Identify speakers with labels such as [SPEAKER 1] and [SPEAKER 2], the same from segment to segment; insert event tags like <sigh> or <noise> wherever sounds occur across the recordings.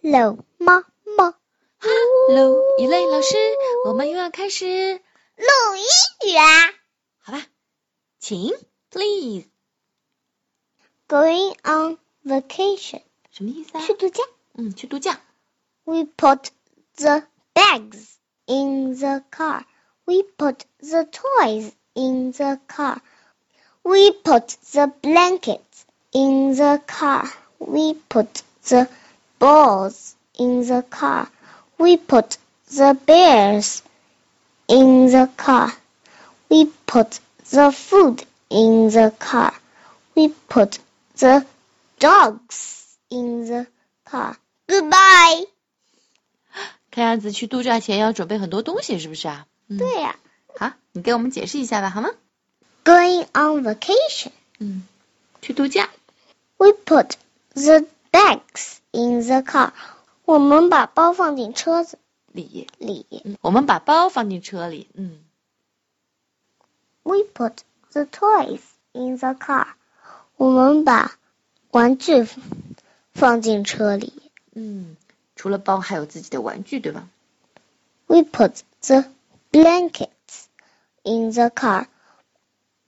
[SPEAKER 1] 搂猫猫。
[SPEAKER 2] 喽，一类老师，我们又要开始，
[SPEAKER 1] 陆一元
[SPEAKER 2] 好吧？请，please，
[SPEAKER 1] going on vacation
[SPEAKER 2] 什么意思啊？
[SPEAKER 1] 去度假。
[SPEAKER 2] 嗯，去度假。
[SPEAKER 1] We put the bags in the car. We put the toys in the car. We put the blankets in the car. We put the balls in the car. We put the bears in the car. We put the food in the car. We put the dogs in the car. Goodbye.
[SPEAKER 2] 看样子去度假前要准备很多东西，是不是啊？嗯，
[SPEAKER 1] 对呀、
[SPEAKER 2] 好，你给我们解释一下吧，好吗？
[SPEAKER 1] Going on vacation.
[SPEAKER 2] 嗯，去度假。
[SPEAKER 1] We put the bags in the car. 我们把包放进车子
[SPEAKER 2] 里，
[SPEAKER 1] 里。
[SPEAKER 2] 嗯，我们把包放进车里。嗯，
[SPEAKER 1] We put the toys in the car. 我们把玩具放进车里。
[SPEAKER 2] 嗯，除了包还有自己的玩具，对吧？
[SPEAKER 1] We put the blankets in the car.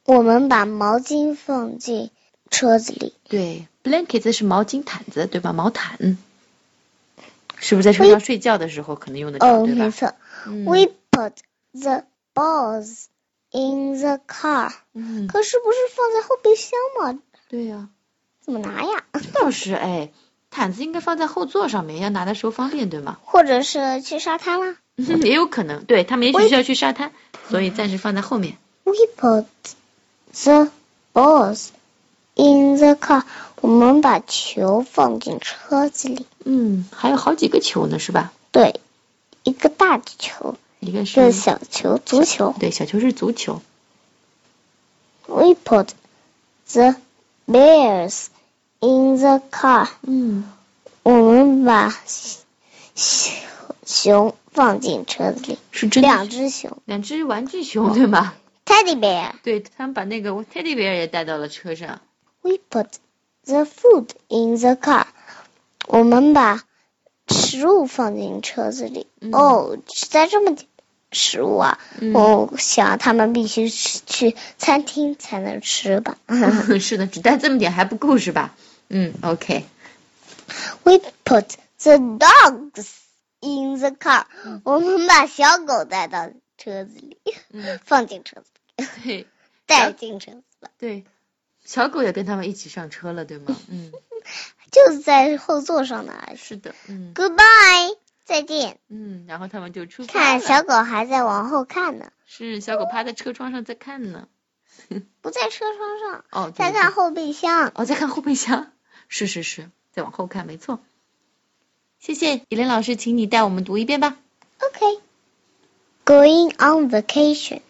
[SPEAKER 1] 我们把毛巾放进车子里。
[SPEAKER 2] 对，blanket 是毛巾毯子，对吧？毛毯，是不是在车上睡觉的时候可能用得着，
[SPEAKER 1] 哦，
[SPEAKER 2] 对
[SPEAKER 1] 没
[SPEAKER 2] 吧？
[SPEAKER 1] 错。
[SPEAKER 2] 嗯
[SPEAKER 1] We put the balls in the car.
[SPEAKER 2] 嗯，
[SPEAKER 1] 可是不是放在后备箱吗？
[SPEAKER 2] 对啊呀、
[SPEAKER 1] 怎么拿呀？
[SPEAKER 2] 倒是哎，毯子应该放在后座上面，要拿的时候方便，对吗？
[SPEAKER 1] 或者是去沙滩啦
[SPEAKER 2] 也有可能，对他们也许是要去沙滩，所以暂时放在后面。
[SPEAKER 1] ？We put the balls in the car. 我们把球放进车子里。
[SPEAKER 2] 嗯，还有好几个球呢，是吧？
[SPEAKER 1] 对，一个大的球，
[SPEAKER 2] 一个
[SPEAKER 1] 一
[SPEAKER 2] 是
[SPEAKER 1] 个小球，足球。
[SPEAKER 2] 对，小球是足球。
[SPEAKER 1] We put the bears in the car.
[SPEAKER 2] 嗯，
[SPEAKER 1] 我们把熊熊放进车子里，
[SPEAKER 2] 是真的
[SPEAKER 1] 两只熊
[SPEAKER 2] 两只玩具熊对吗？
[SPEAKER 1] ，teddy bear.
[SPEAKER 2] 对他们把那个 teddy bear 也带到了车
[SPEAKER 1] <laughs>
[SPEAKER 2] 上。
[SPEAKER 1] We put the food in the car. 我们把食物放进车子里。
[SPEAKER 2] 嗯
[SPEAKER 1] 哦，实在这么点食物啊！我想他们必须吃去餐厅才能吃吧。嗯
[SPEAKER 2] <laughs> 是的，只带这么点还不够是吧？嗯，OK，
[SPEAKER 1] <laughs> We put the dogs in the car.
[SPEAKER 2] 嗯
[SPEAKER 1] 我们把小狗带到车子里，
[SPEAKER 2] 嗯
[SPEAKER 1] 放进车子，
[SPEAKER 2] 对
[SPEAKER 1] 带进车子吧，
[SPEAKER 2] 对，小狗也跟他们一起上车了，对吗？
[SPEAKER 1] <laughs>
[SPEAKER 2] 嗯，
[SPEAKER 1] 就在后座上呢。
[SPEAKER 2] 是的，嗯
[SPEAKER 1] Goodbye，再见。
[SPEAKER 2] 嗯，然后他们就出发
[SPEAKER 1] 看，
[SPEAKER 2] 了。
[SPEAKER 1] 小狗还在往后看呢。
[SPEAKER 2] 是小狗趴在车窗上在看呢。
[SPEAKER 1] 不在车窗上，
[SPEAKER 2] 哦，对
[SPEAKER 1] 在看后备箱。
[SPEAKER 2] 哦，在看后备箱。是是是，再往后看，没错。谢谢以琳老师，请你带我们读一遍吧。
[SPEAKER 1] OK。Going on vacation,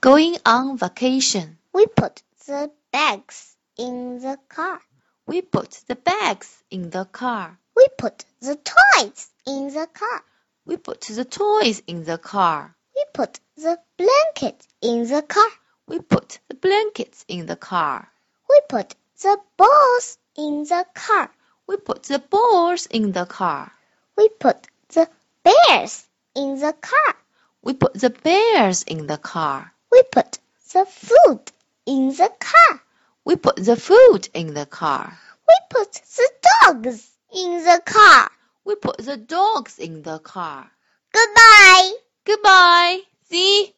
[SPEAKER 2] Going on vacation,
[SPEAKER 1] we put the bags in the car.
[SPEAKER 2] we put the bags in the car.
[SPEAKER 1] We put the toys in the car.
[SPEAKER 2] We put the toys in the car.
[SPEAKER 1] We put the blanket in the car.
[SPEAKER 2] We put the blankets in the car.
[SPEAKER 1] We put the balls in the car.
[SPEAKER 2] We put the balls in the car.
[SPEAKER 1] We put the bears in the car.
[SPEAKER 2] We put the bears in the car.
[SPEAKER 1] We put the food in the car.
[SPEAKER 2] We put the food in the car.
[SPEAKER 1] We put the dogs in the car.
[SPEAKER 2] We put the dogs in the car.
[SPEAKER 1] Goodbye.
[SPEAKER 2] Goodbye. See.